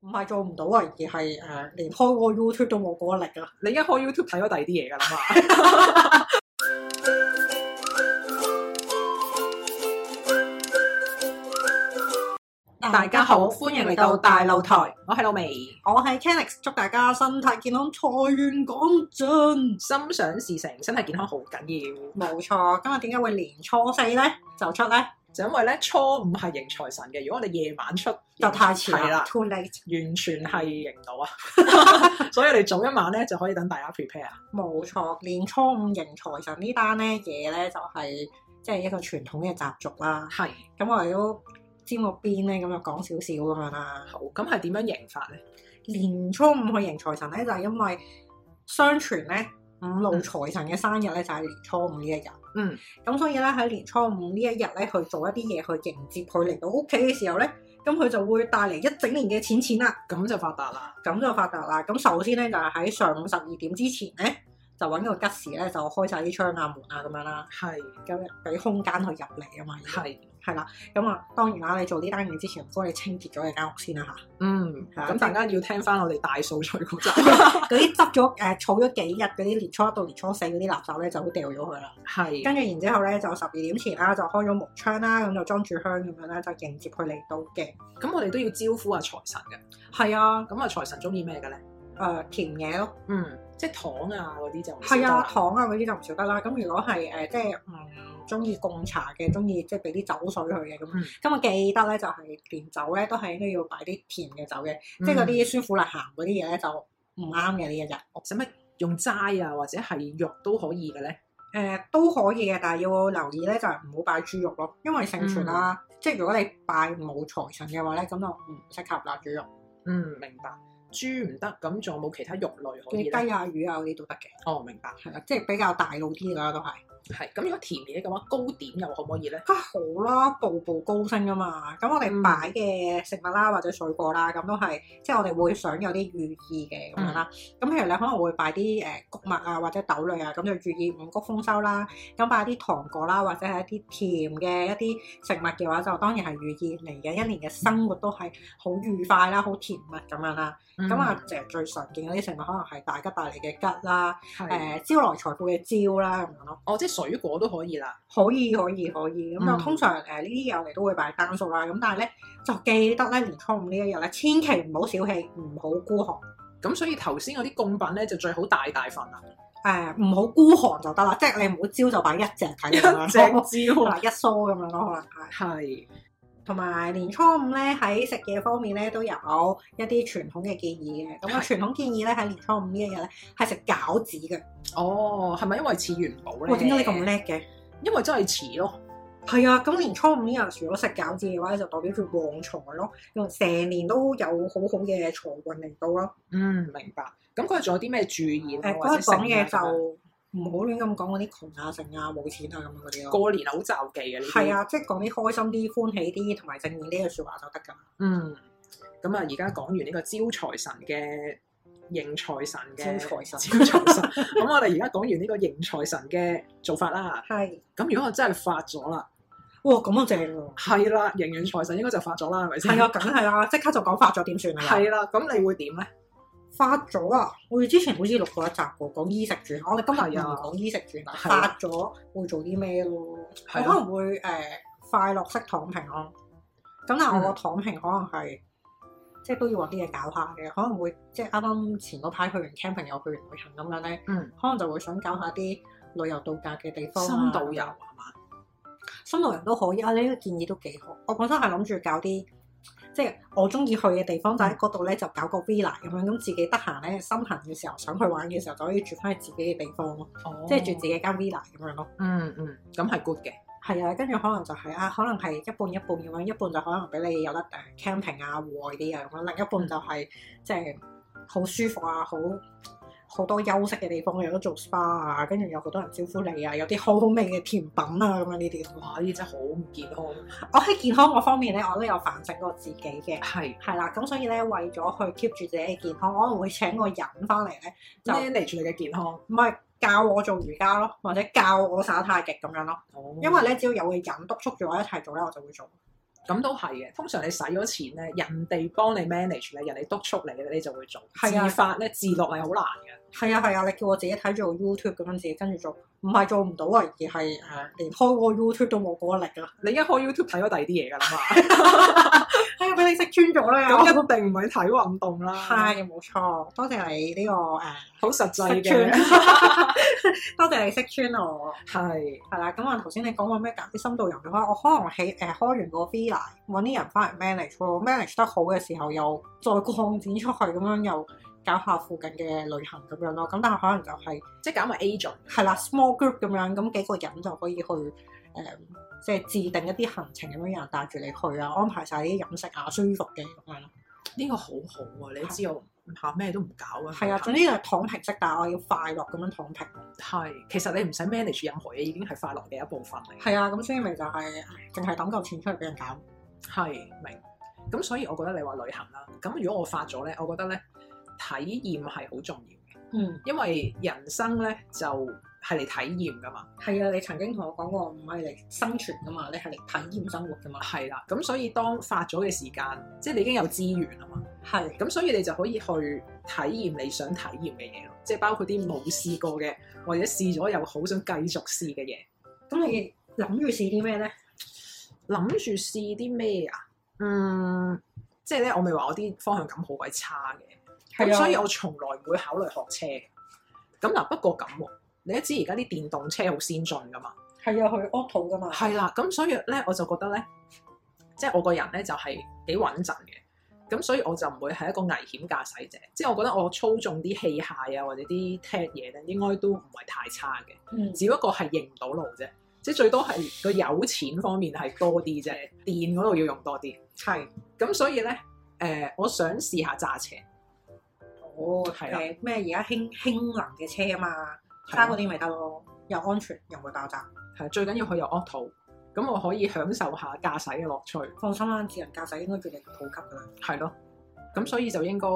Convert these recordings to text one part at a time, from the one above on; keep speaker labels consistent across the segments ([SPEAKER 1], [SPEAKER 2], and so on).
[SPEAKER 1] 唔係做唔到啊，而係誒、呃連開嗰個 YouTube 都冇嗰個力啊。
[SPEAKER 2] 你一開 YouTube 睇咗第二啲嘢㗎啦嘛。 大家哦好，歡迎嚟到大露台，我係老眉，
[SPEAKER 1] 我係 Kenix，祝大家身體健康，財源廣進。
[SPEAKER 2] 心想事成，身體健康好緊要。
[SPEAKER 1] 冇錯，今日點解會年初四咧就出咧？
[SPEAKER 2] 就因為咧初五係迎財神嘅，如果我哋夜晚出
[SPEAKER 1] 就太遲
[SPEAKER 2] 係
[SPEAKER 1] 啦
[SPEAKER 2] 啦
[SPEAKER 1] ，too late。
[SPEAKER 2] 完全係迎唔到 啊！所以你早一晚咧就可以等大家 prepare 啊。
[SPEAKER 1] 冇錯，年初五迎財神呢單咧嘢咧就係即係一個傳統嘅習俗啦。
[SPEAKER 2] 係
[SPEAKER 1] 咁我哋都知個邊咧，咁就講少少咁樣啦。
[SPEAKER 2] 好，咁係點樣迎法咧？
[SPEAKER 1] 年初五去迎財神咧，就係、因為相傳咧五路財神嘅生日咧就係、年初五呢一日。
[SPEAKER 2] 嗯，
[SPEAKER 1] 咁所以咧喺年初五呢一日咧去做一啲嘢去迎接佢嚟到屋企嘅時候咧，咁佢就會帶嚟一整年嘅錢錢啦，
[SPEAKER 2] 咁就發達啦。
[SPEAKER 1] 咁就發達啦。咁首先咧就係、喺上午十二點之前咧，就揾個吉時咧就開晒啲窗啊門啊咁樣啦，
[SPEAKER 2] 係
[SPEAKER 1] 咁俾空間佢入嚟啊嘛。已經
[SPEAKER 2] 係，
[SPEAKER 1] 係啦，咁啊當然啦，你做呢單嘢之前，唔該你清潔咗你間屋先啦嚇。
[SPEAKER 2] 嗯，
[SPEAKER 1] 係啊
[SPEAKER 2] 咁大家要聽翻我哋大掃除嗰集。
[SPEAKER 1] 嗰啲執咗誒儲咗幾日嗰啲年初一到年初四嗰啲垃圾咧，就會掉咗佢啦。
[SPEAKER 2] 係
[SPEAKER 1] 跟住然之後咧，就十二點前啦，就開咗木窗啦，咁就裝住香咁樣啦，就迎接佢嚟到嘅。
[SPEAKER 2] 咁我哋都要招呼阿財神嘅。
[SPEAKER 1] 係啊，誒、
[SPEAKER 2] 咁啊，財神中意咩嘅咧？
[SPEAKER 1] 甜嘢咯，
[SPEAKER 2] 嗯，即係糖啊嗰啲就唔少
[SPEAKER 1] 係
[SPEAKER 2] 得
[SPEAKER 1] 啊，
[SPEAKER 2] 啦
[SPEAKER 1] 糖啊嗰啲就唔少得啦。咁如果係誒、即係唔中意貢茶嘅，中意即係俾啲酒水佢嘅咁。
[SPEAKER 2] 嗯
[SPEAKER 1] 咁我記得咧，就係、連酒咧都係應該要擺啲甜嘅酒
[SPEAKER 2] 嗯
[SPEAKER 1] 嘅，即係嗰啲酸苦辣鹹嗰啲嘢咧就唔啱嘅呢一日。
[SPEAKER 2] 嗯使乜用齋啊，或者係肉都可以嘅咧？
[SPEAKER 1] 誒、呃都可以嘅，但係要留意咧，就係唔好拜豬肉咯，因為盛傳啦。即係如果你拜冇財神嘅話咧，咁就唔適合啦豬肉，
[SPEAKER 2] 嗯，明白。豬唔得，咁仲有冇其他肉類可
[SPEAKER 1] 啲
[SPEAKER 2] 以
[SPEAKER 1] 雞
[SPEAKER 2] 咧？
[SPEAKER 1] 啊魚啊嗰啲都得嘅，
[SPEAKER 2] 哦，明白。
[SPEAKER 1] 係啦，即係比較大路啲啦，都係。
[SPEAKER 2] 係咁，如果甜嘢嘅話，糕點又可唔可以咧？
[SPEAKER 1] 梗係好啦，步步高升啊嘛。咁我哋
[SPEAKER 2] 嗯
[SPEAKER 1] 擺嘅食物啦，或者水果啦，咁都係即係我哋會想有啲寓意嘅咁樣啦。
[SPEAKER 2] 嗯
[SPEAKER 1] 咁譬如你可能會擺啲誒谷物啊，或者豆類啊，咁就寓意五谷豐收啦。咁擺啲糖果啦，或者係一啲甜嘅一啲食物嘅話，就當然係寓意嚟嘅一年嘅生活都係好愉快啦，好甜蜜咁樣啦。
[SPEAKER 2] 嗯
[SPEAKER 1] 咁啊、就最常見嗰啲食物可能係大吉大利嘅吉啦，
[SPEAKER 2] 嗯，
[SPEAKER 1] 誒、
[SPEAKER 2] 係
[SPEAKER 1] 招來財富嘅招啦咁樣咯。
[SPEAKER 2] 哦，即係水果都可以啦。
[SPEAKER 1] 可以可以可以，咁
[SPEAKER 2] 嗯
[SPEAKER 1] 就通常誒呢啲嘢我哋都會擺單數啦。咁但係咧就記得咧年初五呢一日咧，千祈唔好小氣，唔好孤寒，
[SPEAKER 2] 咁所以頭先嗰啲貢品咧就最好大大份啊啦，
[SPEAKER 1] 誒呃唔好孤寒就得啦。即係你唔好朝就擺一隻
[SPEAKER 2] 一
[SPEAKER 1] 睇咁樣，
[SPEAKER 2] 隻 蕉
[SPEAKER 1] 可能一梳咁樣咯，可能係。
[SPEAKER 2] 係
[SPEAKER 1] 同埋年初五咧喺食嘢方面咧都有一啲傳統嘅建議嘅。咁啊
[SPEAKER 2] 係
[SPEAKER 1] 傳統建議咧喺年初五呢一日咧係食餃子嘅。
[SPEAKER 2] 哦，係咪因為似元寶咧？
[SPEAKER 1] 哇！點解你咁叻？嘅？
[SPEAKER 2] 因為真係似咯，
[SPEAKER 1] 係啊，咁年初五呢日如果食餃子嘅話，就代表住旺財咯，咁成年都有好好嘅財運嚟到咯。
[SPEAKER 2] 嗯，明白。咁佢仲有啲咩注意
[SPEAKER 1] 誒、
[SPEAKER 2] 咧？嗯或
[SPEAKER 1] 嗰
[SPEAKER 2] 者
[SPEAKER 1] 日講嘢
[SPEAKER 2] 剩啊咁樣
[SPEAKER 1] 就唔好亂咁講嗰啲窮啊、剩啊、冇錢啊咁樣嗰啲咯。
[SPEAKER 2] 過年好罩忌嘅呢啲。
[SPEAKER 1] 係，啊，即係講啲開心啲、歡喜啲同埋正面啲嘅説話就得㗎啦。
[SPEAKER 2] 嗯。咁啊，而家講完呢個招財神嘅迎財神嘅
[SPEAKER 1] 招財神
[SPEAKER 2] 招財神。 咁我哋而家講完呢個迎財神嘅做法啦。
[SPEAKER 1] 係，
[SPEAKER 2] 咁如果我真係發咗啦，
[SPEAKER 1] 哇，咁啊正 喎。
[SPEAKER 2] 係啦，迎完財神應該就發咗啦，係咪先？
[SPEAKER 1] 係啊，梗係啦，即刻就講發咗點算啊？
[SPEAKER 2] 係啦，咁你會點咧？
[SPEAKER 1] 發咗啊！我哋之前好似錄過一集喎，講衣食住行。我哋今日
[SPEAKER 2] 係
[SPEAKER 1] 唔
[SPEAKER 2] 啊
[SPEAKER 1] 講衣食住行，
[SPEAKER 2] 係啊
[SPEAKER 1] 發咗會做啲咩咯？我
[SPEAKER 2] 係啊
[SPEAKER 1] 可
[SPEAKER 2] 咯，
[SPEAKER 1] 能會誒、呃快樂式躺平咯。咁但係
[SPEAKER 2] 嗯
[SPEAKER 1] 我個躺平可能係、即係都要揾啲嘢搞下嘅，可能會即係啱啱前嗰排去完 camping 又去完旅行咁樣咧，
[SPEAKER 2] 嗯，
[SPEAKER 1] 可能就會想搞下啲旅遊度假嘅地方、啊、
[SPEAKER 2] 深度遊係嘛？
[SPEAKER 1] 深度遊都可以啊！你呢個建議都幾好。我本身係諗住搞啲即係我中意去嘅地方，就喺嗰度咧就搞個 villa 咁樣，咁自己得閒咧心痕嘅時候想去玩嘅時候就可以住翻喺自己嘅地方咯，
[SPEAKER 2] 哦
[SPEAKER 1] 即係住自。己間 villa 咁樣咯。
[SPEAKER 2] 嗯嗯，咁係 good 嘅。
[SPEAKER 1] 係啊，跟住可能就係、啊，可能係一半一半咁樣，一半就可能俾你有得誒 camping 啊、戶外啲啊咁樣，另一半就係、即係好舒服啊，好好多休息嘅地方，有得做 SPA 啊，跟住有好多人招呼你啊，有啲好好味嘅甜品啊咁樣呢啲。
[SPEAKER 2] 哇！呢啲真係好唔健康。
[SPEAKER 1] 我喺健康嗰方面咧，我都有反省過自己嘅。
[SPEAKER 2] 係
[SPEAKER 1] 係啦，咁所以咧，為咗去 keep 住自己嘅健康，我可能會請個人翻嚟咧，就
[SPEAKER 2] manage 你嘅健康。
[SPEAKER 1] 唔係教我做瑜伽咯，或者教我耍太極咁樣咯。
[SPEAKER 2] 哦
[SPEAKER 1] 嗯因為咧，只要有個人督促住我一齊做咧，我就會做。
[SPEAKER 2] 咁都係嘅。通常你使咗錢咧，人哋幫你 manage 咧，人哋督促你咧，你就會做。
[SPEAKER 1] 係啊
[SPEAKER 2] 自發咧，自律係好難嘅。
[SPEAKER 1] 係啊係啊，你叫我自己睇住個 YouTube 咁樣自己跟住做，唔係做唔到啊，而係誒、呃、連開嗰個 YouTube 都冇嗰個力啊。
[SPEAKER 2] 你一開 YouTube 睇咗第二啲嘢㗎 啦嘛，
[SPEAKER 1] 係啊，俾你識穿咗啦。
[SPEAKER 2] 咁一定唔係睇運動啦。
[SPEAKER 1] 係冇錯，多謝你呢、個誒、呃
[SPEAKER 2] 好實際
[SPEAKER 1] 識
[SPEAKER 2] 嘅，
[SPEAKER 1] 穿，多謝你識穿我。
[SPEAKER 2] 係
[SPEAKER 1] 係啦，咁啊頭先你講話咩搞啲深度遊嘅話，我可能喺誒、開完個 villa 揾啲人翻嚟 manage 咯，manage 得好嘅時候又再擴展出去咁樣又搞下附近嘅旅行咁樣咯。咁但係可能就係
[SPEAKER 2] 即係搞埋 agent。
[SPEAKER 1] 係啦 small group 咁樣，咁幾個人就可以去誒、即係制定一啲行程咁樣，有人帶住你去啊，安排晒啲飲食啊，舒服嘅咁樣咯。
[SPEAKER 2] 呢個好好啊！你都知我下咩都唔搞啊。
[SPEAKER 1] 係啊，總之就係躺平式，但係我要快樂咁樣躺平。
[SPEAKER 2] 係，其實你唔使 manage 任何嘢，已經係快樂嘅一部分嚟。
[SPEAKER 1] 係啊，咁所以咪就係唉淨係抌嚿錢出嚟俾人搞。
[SPEAKER 2] 係，明。咁所以我覺得你話旅行啦，咁如果我發咗咧，我覺得咧體驗係好重要嘅，
[SPEAKER 1] 嗯，
[SPEAKER 2] 因為人生咧就係嚟體驗噶嘛。
[SPEAKER 1] 係啊，你曾經同我講過，唔係嚟生存噶嘛，你係嚟體驗生活噶嘛。
[SPEAKER 2] 係啦，咁所以當發咗嘅時間，即係你已經有資源啊嘛，
[SPEAKER 1] 係，
[SPEAKER 2] 咁所以你就可以去體驗你想體驗嘅嘢咯，即係包括啲冇試過嘅，或者試咗又好想繼續試嘅嘢。
[SPEAKER 1] 咁你諗住試啲咩咧？
[SPEAKER 2] 諗住試啲咩啊？嗯，即係咧，我咪話我啲方向感好鬼差嘅，
[SPEAKER 1] 啊
[SPEAKER 2] 咁所以我從來唔會考慮學車嘅。咁嗱，不過咁喎，你都知而家啲電動車好先進噶嘛，
[SPEAKER 1] 係啊，去 auto 噶嘛。
[SPEAKER 2] 係啦，咁所以咧，我就覺得咧，即係我個人咧就係幾穩陣嘅，咁所以我就唔會係一個危險駕駛者，即係我覺得我操縱啲器械啊或者啲 tech 嘢咧，應該都唔係太差嘅。
[SPEAKER 1] 嗯，
[SPEAKER 2] 只不過係認唔到路啫，即係最多係個有錢方面係多啲啫，電嗰度要用多啲。
[SPEAKER 1] 係。
[SPEAKER 2] 咁所以咧，誒、我想試下揸車，
[SPEAKER 1] 哦，
[SPEAKER 2] 係啦
[SPEAKER 1] 誒咩？而家興興能嘅車啊嘛，
[SPEAKER 2] 係啊
[SPEAKER 1] 揸嗰啲咪得咯，又安全又唔會爆炸。
[SPEAKER 2] 係最緊要佢有 auto，咁我可以享受下駕駛嘅樂趣，
[SPEAKER 1] 放心啦，智能駕駛應該越嚟越普及噶啦。
[SPEAKER 2] 係咯。咁所以就應該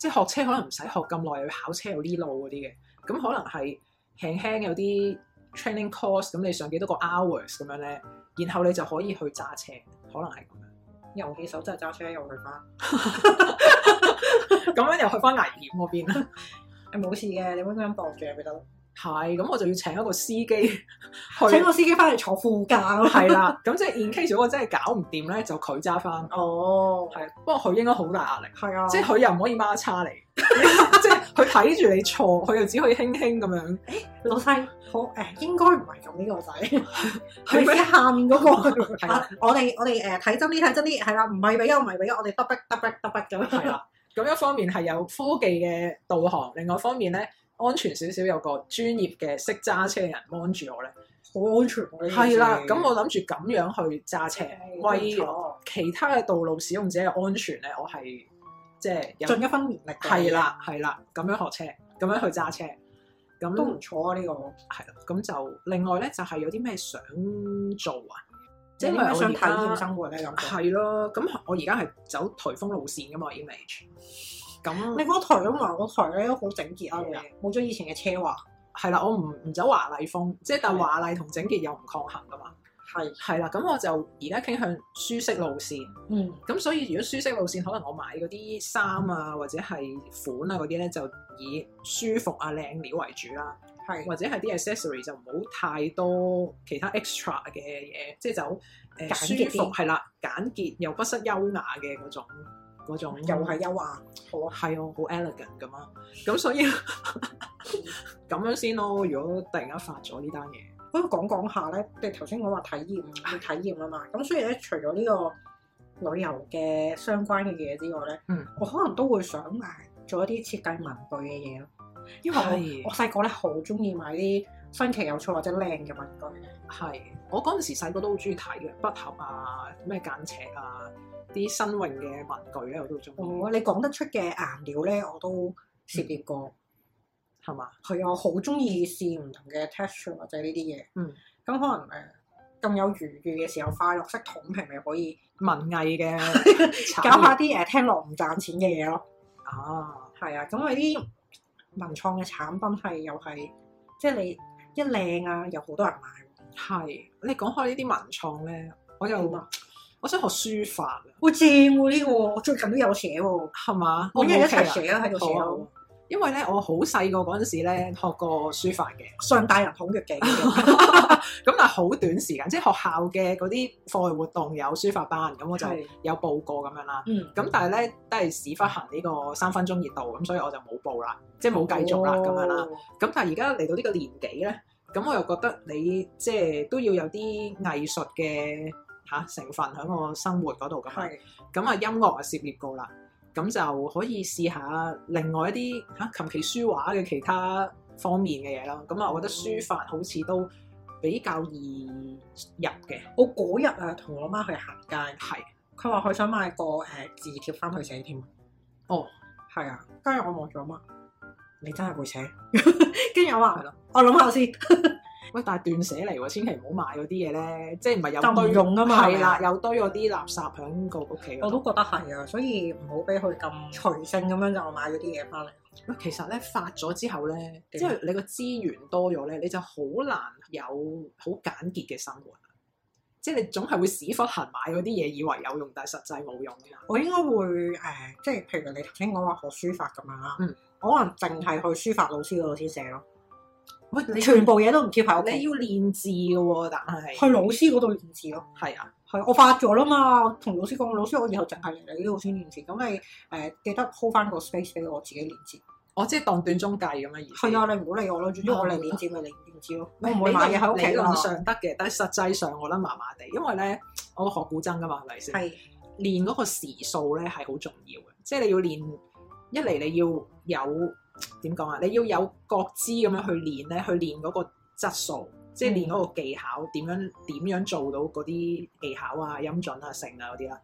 [SPEAKER 2] 即係學車可能唔使學咁耐，又要考車有呢路嗰啲嘅，咁可能係輕輕有啲 training course，咁你上幾多個 hours 咁樣咧，然後你就可以去揸車，可能係咁樣。
[SPEAKER 1] 又起手真係揸車又去翻，
[SPEAKER 2] 咁樣又去翻危險嗰邊啦。
[SPEAKER 1] 誒冇事嘅，你揾個人傍住咪得咯。
[SPEAKER 2] 係，咁我就要請一個司機
[SPEAKER 1] 請
[SPEAKER 2] 去，
[SPEAKER 1] 個司機翻嚟坐副駕咯。
[SPEAKER 2] 哦係啦。咁即係 in case 如果真係搞唔掂咧，就佢揸翻。
[SPEAKER 1] 哦，
[SPEAKER 2] 係，不過佢應該好大壓力，
[SPEAKER 1] 係啊，
[SPEAKER 2] 即係佢又唔可以孖叉你， 即係佢睇住你錯，佢又只可以輕輕咁樣。
[SPEAKER 1] 老細，好誒、應該唔係用呢個仔，
[SPEAKER 2] 係
[SPEAKER 1] 係
[SPEAKER 2] 咩
[SPEAKER 1] 俾下面嗰、個。
[SPEAKER 2] 係
[SPEAKER 1] 啊
[SPEAKER 2] 啦，
[SPEAKER 1] 我哋我哋誒呃睇真啲睇真啲，係啦，唔係俾啊我唔係俾我，我哋得逼得逼得逼咁
[SPEAKER 2] 係啊
[SPEAKER 1] 樣。
[SPEAKER 2] 啦。咁一方面係有科技嘅導航，另外一方面咧安全少少有個專業嘅識揸車嘅人 mon 住我咧。
[SPEAKER 1] 好安全喎呢件事
[SPEAKER 2] 係啦，咁我諗住咁樣去揸車，為
[SPEAKER 1] 係唔
[SPEAKER 2] 其他嘅道路使用者嘅安全咧，我係即係有
[SPEAKER 1] 錯盡一分綿力嘅
[SPEAKER 2] 係，啦，係啦，咁樣學車，咁樣去揸車，咁
[SPEAKER 1] 都唔錯啊呢個。
[SPEAKER 2] 係啦。咁就另外咧，就係、有啲咩想做啊？
[SPEAKER 1] 即係
[SPEAKER 2] 因
[SPEAKER 1] 點
[SPEAKER 2] 為我
[SPEAKER 1] 解想體
[SPEAKER 2] 而
[SPEAKER 1] 驗啊
[SPEAKER 2] 家
[SPEAKER 1] 生活咧咁？
[SPEAKER 2] 係咯，咁我而家係走颱風路線噶嘛我，image。
[SPEAKER 1] 你
[SPEAKER 2] 咁
[SPEAKER 1] 嗰台咁話，嗰台咧都好整潔啊，你冇咗以前嘅奢華。
[SPEAKER 2] 係啦，我唔唔走華麗風，即係但
[SPEAKER 1] 係
[SPEAKER 2] 華麗同整潔又唔抗衡噶嘛。
[SPEAKER 1] 係，
[SPEAKER 2] 係啦，咁我就而家傾向舒適路線。
[SPEAKER 1] 嗯，
[SPEAKER 2] 咁所以如果舒適路線，可能我買嗰啲衫啊，或者係款啊嗰啲咧，就以舒服啊靚料為主啦。
[SPEAKER 1] 係
[SPEAKER 2] 或者係啲 accessory 就唔好太多其他 extra 嘅嘢，即係就誒、呃
[SPEAKER 1] 簡
[SPEAKER 2] 舒
[SPEAKER 1] 潔啲
[SPEAKER 2] 服係啦，簡潔又不失優雅嘅嗰種嗰種，
[SPEAKER 1] 又係優雅，好啊。
[SPEAKER 2] 係啊，好 elegant 咁啊，咁所以 咁樣先咯。如果突然間發咗呢單嘢，
[SPEAKER 1] 不過講講下咧，你頭先講話體驗要體驗啊嘛，咁所以咧，除咗呢個旅遊嘅相關嘅嘢之外咧，
[SPEAKER 2] 嗯
[SPEAKER 1] 我可能都會想誒做一啲設計文具嘅嘢咯，因為
[SPEAKER 2] 係
[SPEAKER 1] 我我細個咧好中意買啲新奇有趣或者靚嘅文具，
[SPEAKER 2] 係我嗰陣時細個都好中意睇嘅筆盒啊、咩間尺啊、啲新穎嘅文具咧，我都好中意，
[SPEAKER 1] 我你講得出嘅顏料咧，我都涉獵過，
[SPEAKER 2] 嗯係嘛？
[SPEAKER 1] 係啊，我好中意試唔同嘅 texture 或者呢啲嘢，
[SPEAKER 2] 嗯，
[SPEAKER 1] 咁可能誒。咁有餘裕嘅時候，快樂式躺平咪可以
[SPEAKER 2] 文藝 嘅產
[SPEAKER 1] 搞下
[SPEAKER 2] 業
[SPEAKER 1] 啲誒呃聽落唔賺錢嘅嘢咯。
[SPEAKER 2] 啊！
[SPEAKER 1] 係啊，咁佢啲文創嘅產品係又係即係你一靚啊，有好多人買喎。
[SPEAKER 2] 係，你講開呢啲文創咧，我又
[SPEAKER 1] 點啊
[SPEAKER 2] 我想學書法，
[SPEAKER 1] 好正喎呢個，我最近都有寫喎，
[SPEAKER 2] 啊係嘛？
[SPEAKER 1] 我一
[SPEAKER 2] 唔
[SPEAKER 1] 人一
[SPEAKER 2] 哦 OK 啊
[SPEAKER 1] 齊寫啦喺度寫
[SPEAKER 2] 好啊
[SPEAKER 1] 咯，
[SPEAKER 2] 因為咧，我好細個嗰陣時咧學過書法嘅，
[SPEAKER 1] 上大人孔乙己 嘅，
[SPEAKER 2] 咁但係好短時間，即係學校嘅嗰啲課外活動有書法班，咁我就
[SPEAKER 1] 係
[SPEAKER 2] 有報過咁樣啦。
[SPEAKER 1] 嗯，
[SPEAKER 2] 咁但係咧都係屎忽行呢個三分鐘熱度，咁所以我就冇報啦，即係冇繼續啦咁啊樣啦。
[SPEAKER 1] 哦，
[SPEAKER 2] 咁但係而家嚟到呢個年紀咧，咁我又覺得你即係都要有啲藝術嘅嚇、成分喺我生活嗰度咁樣。
[SPEAKER 1] 係
[SPEAKER 2] 咁啊音樂啊涉獵過啦，咁就可以試下另外一啲嚇、琴棋書畫嘅其他方面嘅嘢啦。咁啊，我覺得書
[SPEAKER 1] 嗯
[SPEAKER 2] 法好似都比較易入嘅，
[SPEAKER 1] 我嗰日啊同我媽去行街，
[SPEAKER 2] 係
[SPEAKER 1] 佢話佢想買個誒字帖翻去寫添，
[SPEAKER 2] 哦，
[SPEAKER 1] 係啊，跟住我望住我媽，你真係會寫， 跟住我話
[SPEAKER 2] 係咯。
[SPEAKER 1] 我諗下先，
[SPEAKER 2] 喂，但係斷捨離喎，千祈唔好買嗰啲嘢咧，即係唔係有
[SPEAKER 1] 就唔
[SPEAKER 2] 堆
[SPEAKER 1] 用啊嘛
[SPEAKER 2] 係啦，有堆嗰啲垃圾喺個屋企嗰度。
[SPEAKER 1] 我都覺得係啊，所以唔好俾佢咁隨性咁樣就買咗啲嘢翻嚟。
[SPEAKER 2] 喂，其實咧發咗之後咧，
[SPEAKER 1] 點啊
[SPEAKER 2] 即係你個資源多咗咧，你就好難有好簡潔嘅生活。即係你總係會屎忽痕買嗰啲嘢，以為有用，但係實際冇用㗎。
[SPEAKER 1] 我應該會誒、呃即係譬如你頭先講話學書法咁樣啦，
[SPEAKER 2] 嗯
[SPEAKER 1] 我可能淨係去書法老師嗰度先寫咯，
[SPEAKER 2] 喂，你
[SPEAKER 1] 全部嘢都唔 keep 喺屋
[SPEAKER 2] 你
[SPEAKER 1] 企，
[SPEAKER 2] 要練字嘅喎，但係
[SPEAKER 1] 去老師嗰度練字咯。
[SPEAKER 2] 係啊，
[SPEAKER 1] 係，我發咗啦嘛，我同老師講，老師我以後淨係嚟你呢度先練字，咁你誒、呃、記得 hold 翻個 space 俾我自己練字。
[SPEAKER 2] 我即係當短中計咁嘅意思。
[SPEAKER 1] 係，啊，你唔好理我咯，總之我嚟練字咪嚟練字咯，我唔會
[SPEAKER 2] 理論
[SPEAKER 1] 買嘢喺屋企
[SPEAKER 2] 理
[SPEAKER 1] 㗎
[SPEAKER 2] 論
[SPEAKER 1] 嘛。
[SPEAKER 2] 上得嘅，但係實際上我覺得麻麻地，因為咧我學古箏㗎嘛，係咪先？
[SPEAKER 1] 係
[SPEAKER 2] 練嗰個時數咧係好重要嘅，即係你要練一嚟你要有點講啊，你要有覺知咁樣去練咧，去練嗰個質素，即係練嗰個技巧，點樣點樣做到嗰啲技巧啊、音準啊、成啊嗰啲啦。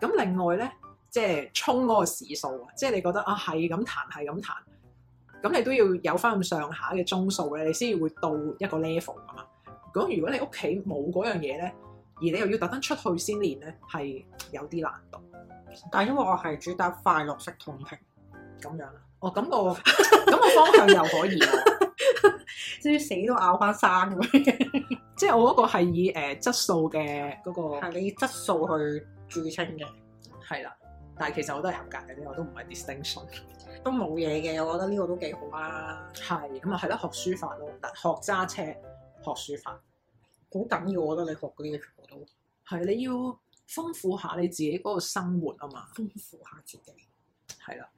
[SPEAKER 2] 咁另外咧，即係衝嗰個時數啊，即係你覺得啊係咁彈係咁彈，咁你都要有翻咁上下嘅鐘數咧，你先會到一個 level 噶嘛。咁如果你屋企冇嗰樣嘢咧，而你又要特登出去先練咧，係有啲難度
[SPEAKER 1] 但係因為我係主打快樂式躺平，
[SPEAKER 2] 咁樣啦。哦，咁個 咁個方向又可以 喎，
[SPEAKER 1] 即係死都咬翻生咁樣，
[SPEAKER 2] 即係我嗰個係以誒、呃、質素嘅嗰、個
[SPEAKER 1] 係你質素去著稱嘅。
[SPEAKER 2] 係啦，但係其實我都係合格嘅啫，我都唔係 distinction。
[SPEAKER 1] 都冇嘢嘅，我覺得呢個都幾好啊，
[SPEAKER 2] 係咁啊，係啦，學書法咯，但學揸車學書法
[SPEAKER 1] 好緊要。我覺得你學嗰啲嘢全部都
[SPEAKER 2] 係你要豐富下你自己嗰個生活啊嘛，
[SPEAKER 1] 豐富下自己。
[SPEAKER 2] 係啦。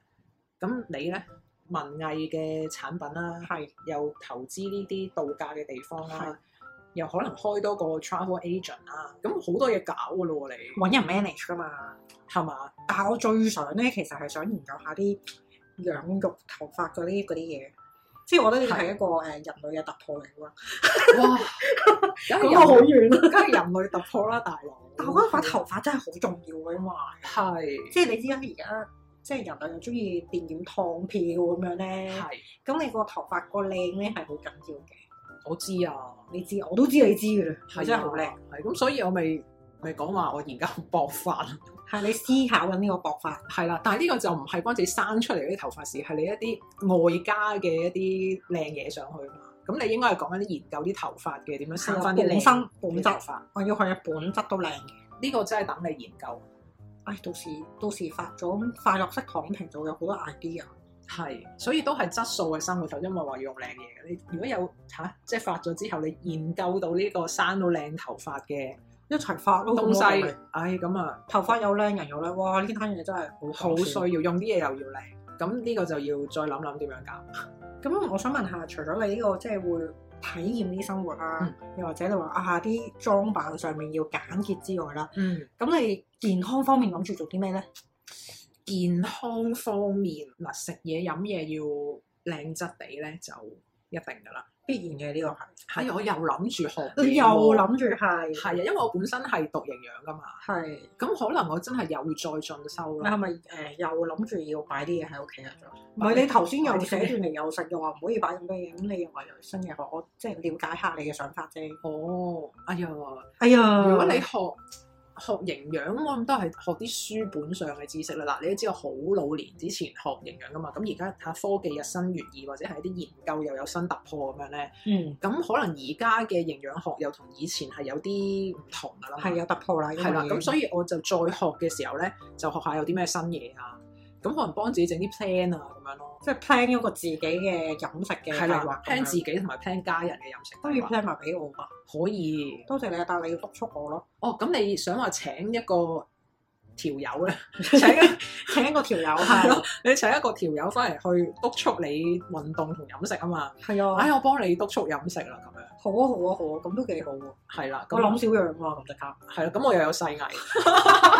[SPEAKER 2] 咁你咧文藝嘅產品啦、
[SPEAKER 1] 係
[SPEAKER 2] 又投資呢啲度假嘅地方
[SPEAKER 1] 係
[SPEAKER 2] 啦，又可能開多個 travel agent 啦，咁好多嘢搞噶咯喎你，
[SPEAKER 1] 揾人 manage 噶嘛，
[SPEAKER 2] 係嘛？
[SPEAKER 1] 但係我最想咧，其實係想研究下啲養育頭髮嗰啲嗰啲嘢，即係我覺得呢個係一個誒人類嘅突破嚟㗎。
[SPEAKER 2] 哇！梗係
[SPEAKER 1] 啊我好
[SPEAKER 2] 人類
[SPEAKER 1] 遠啦，
[SPEAKER 2] 梗係人類突破啦，大佬。
[SPEAKER 1] 但我覺得髮頭髮真係好重要嘅嘛，
[SPEAKER 2] 係
[SPEAKER 1] 即係你知啦，而家即係人類又中意電染燙票咁樣咧，
[SPEAKER 2] 係，
[SPEAKER 1] 咁你個頭髮個靚咧係好緊要嘅。
[SPEAKER 2] 我知啊，
[SPEAKER 1] 你知，我都知你知嘅啦，係
[SPEAKER 2] 啊
[SPEAKER 1] 真係好靚。，
[SPEAKER 2] 係咁，所以我咪咪講話我而家薄髮
[SPEAKER 1] 係你思考緊呢個薄髮。
[SPEAKER 2] 係啦，但係呢個就唔係關自己生出嚟嗰啲頭髮事，係你一啲外加嘅一啲靚嘢上去嘛。咁你應該係講緊啲研究啲頭髮嘅點樣生翻啲
[SPEAKER 1] 本
[SPEAKER 2] 靚
[SPEAKER 1] 身本
[SPEAKER 2] 嘅
[SPEAKER 1] 質
[SPEAKER 2] 頭髮。
[SPEAKER 1] 我要佢嘅本質都靚嘅。
[SPEAKER 2] 呢個真係等你研究。
[SPEAKER 1] 唉，到時到時發咗咁快樂式躺平就會有好多 idea。
[SPEAKER 2] 係，所以都係質素嘅生活。頭先咪話要用靚嘢嘅，你如果有嚇、即係發咗之後，你研究到呢個生到靚頭髮嘅
[SPEAKER 1] 一齊發咯，
[SPEAKER 2] 東
[SPEAKER 1] 咁我
[SPEAKER 2] 西
[SPEAKER 1] 咪，
[SPEAKER 2] 唉咁啊，
[SPEAKER 1] 頭髮有靚人有靚，哇！呢單嘢真係好
[SPEAKER 2] 好
[SPEAKER 1] 搞
[SPEAKER 2] 需
[SPEAKER 1] 笑
[SPEAKER 2] 要用啲嘢又要靚。咁呢個就要再諗諗點樣搞。
[SPEAKER 1] 咁我想問下，除咗你呢個即係會體驗啲生活啦，又或者你話啊啲裝扮上面要簡潔之外啦，
[SPEAKER 2] 嗯，
[SPEAKER 1] 咁你健康方面諗住做啲咩咧？
[SPEAKER 2] 健康方面嗱，食嘢飲嘢要靚質地咧，就一定㗎啦。
[SPEAKER 1] 必然嘅呢個
[SPEAKER 2] 係，我又諗住學
[SPEAKER 1] 係，
[SPEAKER 2] 嘢喎。
[SPEAKER 1] 你又諗住係
[SPEAKER 2] 哎係啊，因為我本身係讀營養㗎嘛，
[SPEAKER 1] 係
[SPEAKER 2] 咁可能我真係又要再進修
[SPEAKER 1] 你
[SPEAKER 2] 啦。
[SPEAKER 1] 係咪誒又諗住要擺啲嘢喺屋企啊？唔係你頭先又寫住嚟又食，又話唔可以擺咁多嘢，咁你又話有新嘢學，我即係了解下你嘅想法啫。
[SPEAKER 2] 哦，哎呀，
[SPEAKER 1] 哎呀，
[SPEAKER 2] 如果你學學營養我諗都係學啲書本上嘅知識啦。嗱，你都知道好老年之前學營養噶嘛，咁而家睇下科技日新月異，或者係一啲研究又有新突破咁樣咧，
[SPEAKER 1] 嗯，
[SPEAKER 2] 咁可能而家嘅營養學又同以前係有啲唔同噶啦嘛。
[SPEAKER 1] 係有突破啦，
[SPEAKER 2] 係啦，啊咁所
[SPEAKER 1] 以
[SPEAKER 2] 以我就再學嘅時候咧，就學下有啲咩新嘢啊，咁可能幫自己整啲 plan 啊咁樣咯。
[SPEAKER 1] 即係 plan 一個自己嘅飲食嘅計
[SPEAKER 2] 係啦
[SPEAKER 1] 劃咁
[SPEAKER 2] ，plan
[SPEAKER 1] 樣
[SPEAKER 2] 自己同埋 plan 家人嘅飲食
[SPEAKER 1] 都要
[SPEAKER 2] 計劃
[SPEAKER 1] plan 埋俾我嘛。
[SPEAKER 2] 可以。
[SPEAKER 1] 多謝你啊，但係你要督促我 咯，
[SPEAKER 2] 哦，咁你想話請一個條友咧？請一
[SPEAKER 1] 請個條友
[SPEAKER 2] 係
[SPEAKER 1] 係啊
[SPEAKER 2] 咯，你請一個條友翻嚟去督促你運動同飲食啊嘛。
[SPEAKER 1] 係啊，
[SPEAKER 2] 唉，我幫你督促飲食啦，咁樣
[SPEAKER 1] 好啊好啊好啊，咁都幾好喎。
[SPEAKER 2] 係啦。咁
[SPEAKER 1] 我諗少樣喎，咁即刻。
[SPEAKER 2] 係啦，咁我又有細藝，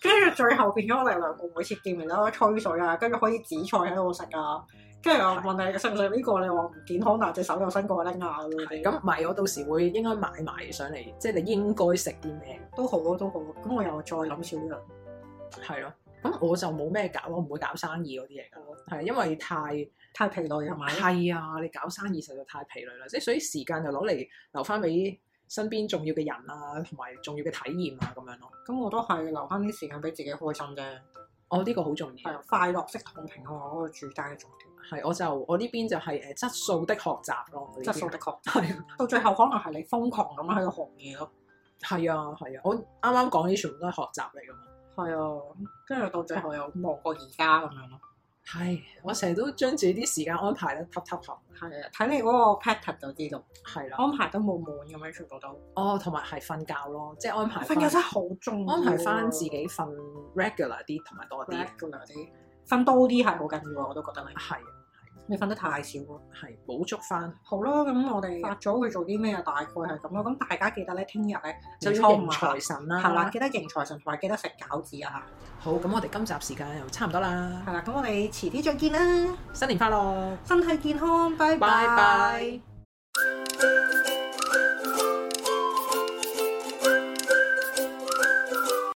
[SPEAKER 1] 跟住最後變咗我哋兩個每次見面都吹水啊，跟住可以紫菜喺度食啊，跟住我問你食唔食呢個，你話唔健康，但係隻手又伸過去拎下啊咁樣
[SPEAKER 2] 咁唔係我到時會應該買埋上嚟，即係你應該食啲咩？
[SPEAKER 1] 都好啊都好啊，咁我又再諗少樣，
[SPEAKER 2] 係咯，咁我就冇咩搞，我唔會搞生意嗰啲嘢㗎，係因為太
[SPEAKER 1] 太疲累係咪？
[SPEAKER 2] 係啊，你搞生意實在太疲累啦，即係所以時間就攞嚟留翻俾身邊重要嘅人啊，同埋重要嘅體驗啊咁樣咯。
[SPEAKER 1] 咁我都係留翻啲時間俾自己開心啫，
[SPEAKER 2] 我哦呢個好重要
[SPEAKER 1] 係，啊快樂式躺平係啊我嗰個主打嘅重點，
[SPEAKER 2] 係我就我呢邊就係誒質素的學習咯，我呢邊
[SPEAKER 1] 質素的確。
[SPEAKER 2] 係啊
[SPEAKER 1] 到最後可能係你瘋狂咁樣喺度學嘢咯，
[SPEAKER 2] 係啊係啊，我啱啱講呢全部都係學習嚟㗎嘛。
[SPEAKER 1] 係啊，跟住到最後又望過而家咁樣咯，
[SPEAKER 2] 係，我成日都將自己啲時間安排得揼揼合，
[SPEAKER 1] 係啊，睇你嗰個 pattern 就知道，
[SPEAKER 2] 係啦。
[SPEAKER 1] 安排得冇滿咁樣全部都。
[SPEAKER 2] 哦，同埋係瞓覺咯，即係安排
[SPEAKER 1] 瞓覺
[SPEAKER 2] 返
[SPEAKER 1] 真係好重要啊，
[SPEAKER 2] 安排翻自己瞓 regular 啲同埋多啲，
[SPEAKER 1] 叻㗎啦啲，瞓多啲係好緊要啊！我都覺得你，
[SPEAKER 2] 係
[SPEAKER 1] 你瞓得太少咯。
[SPEAKER 2] 係補足翻，
[SPEAKER 1] 好啦，咁我哋發咗會做啲咩啊？大概係咁咯。咁大家記得咧，聽日咧
[SPEAKER 2] 就
[SPEAKER 1] 年
[SPEAKER 2] 要
[SPEAKER 1] 五
[SPEAKER 2] 迎
[SPEAKER 1] 啊
[SPEAKER 2] 財神啦。嗯
[SPEAKER 1] 係啦，，記得迎財神同埋記得食餃子啊！
[SPEAKER 2] 好咁，我哋今集時間又差唔多啦
[SPEAKER 1] 係，啦，咁我哋遲啲再見啦，
[SPEAKER 2] 新年快樂，
[SPEAKER 1] 身體健康，拜
[SPEAKER 2] 拜拜。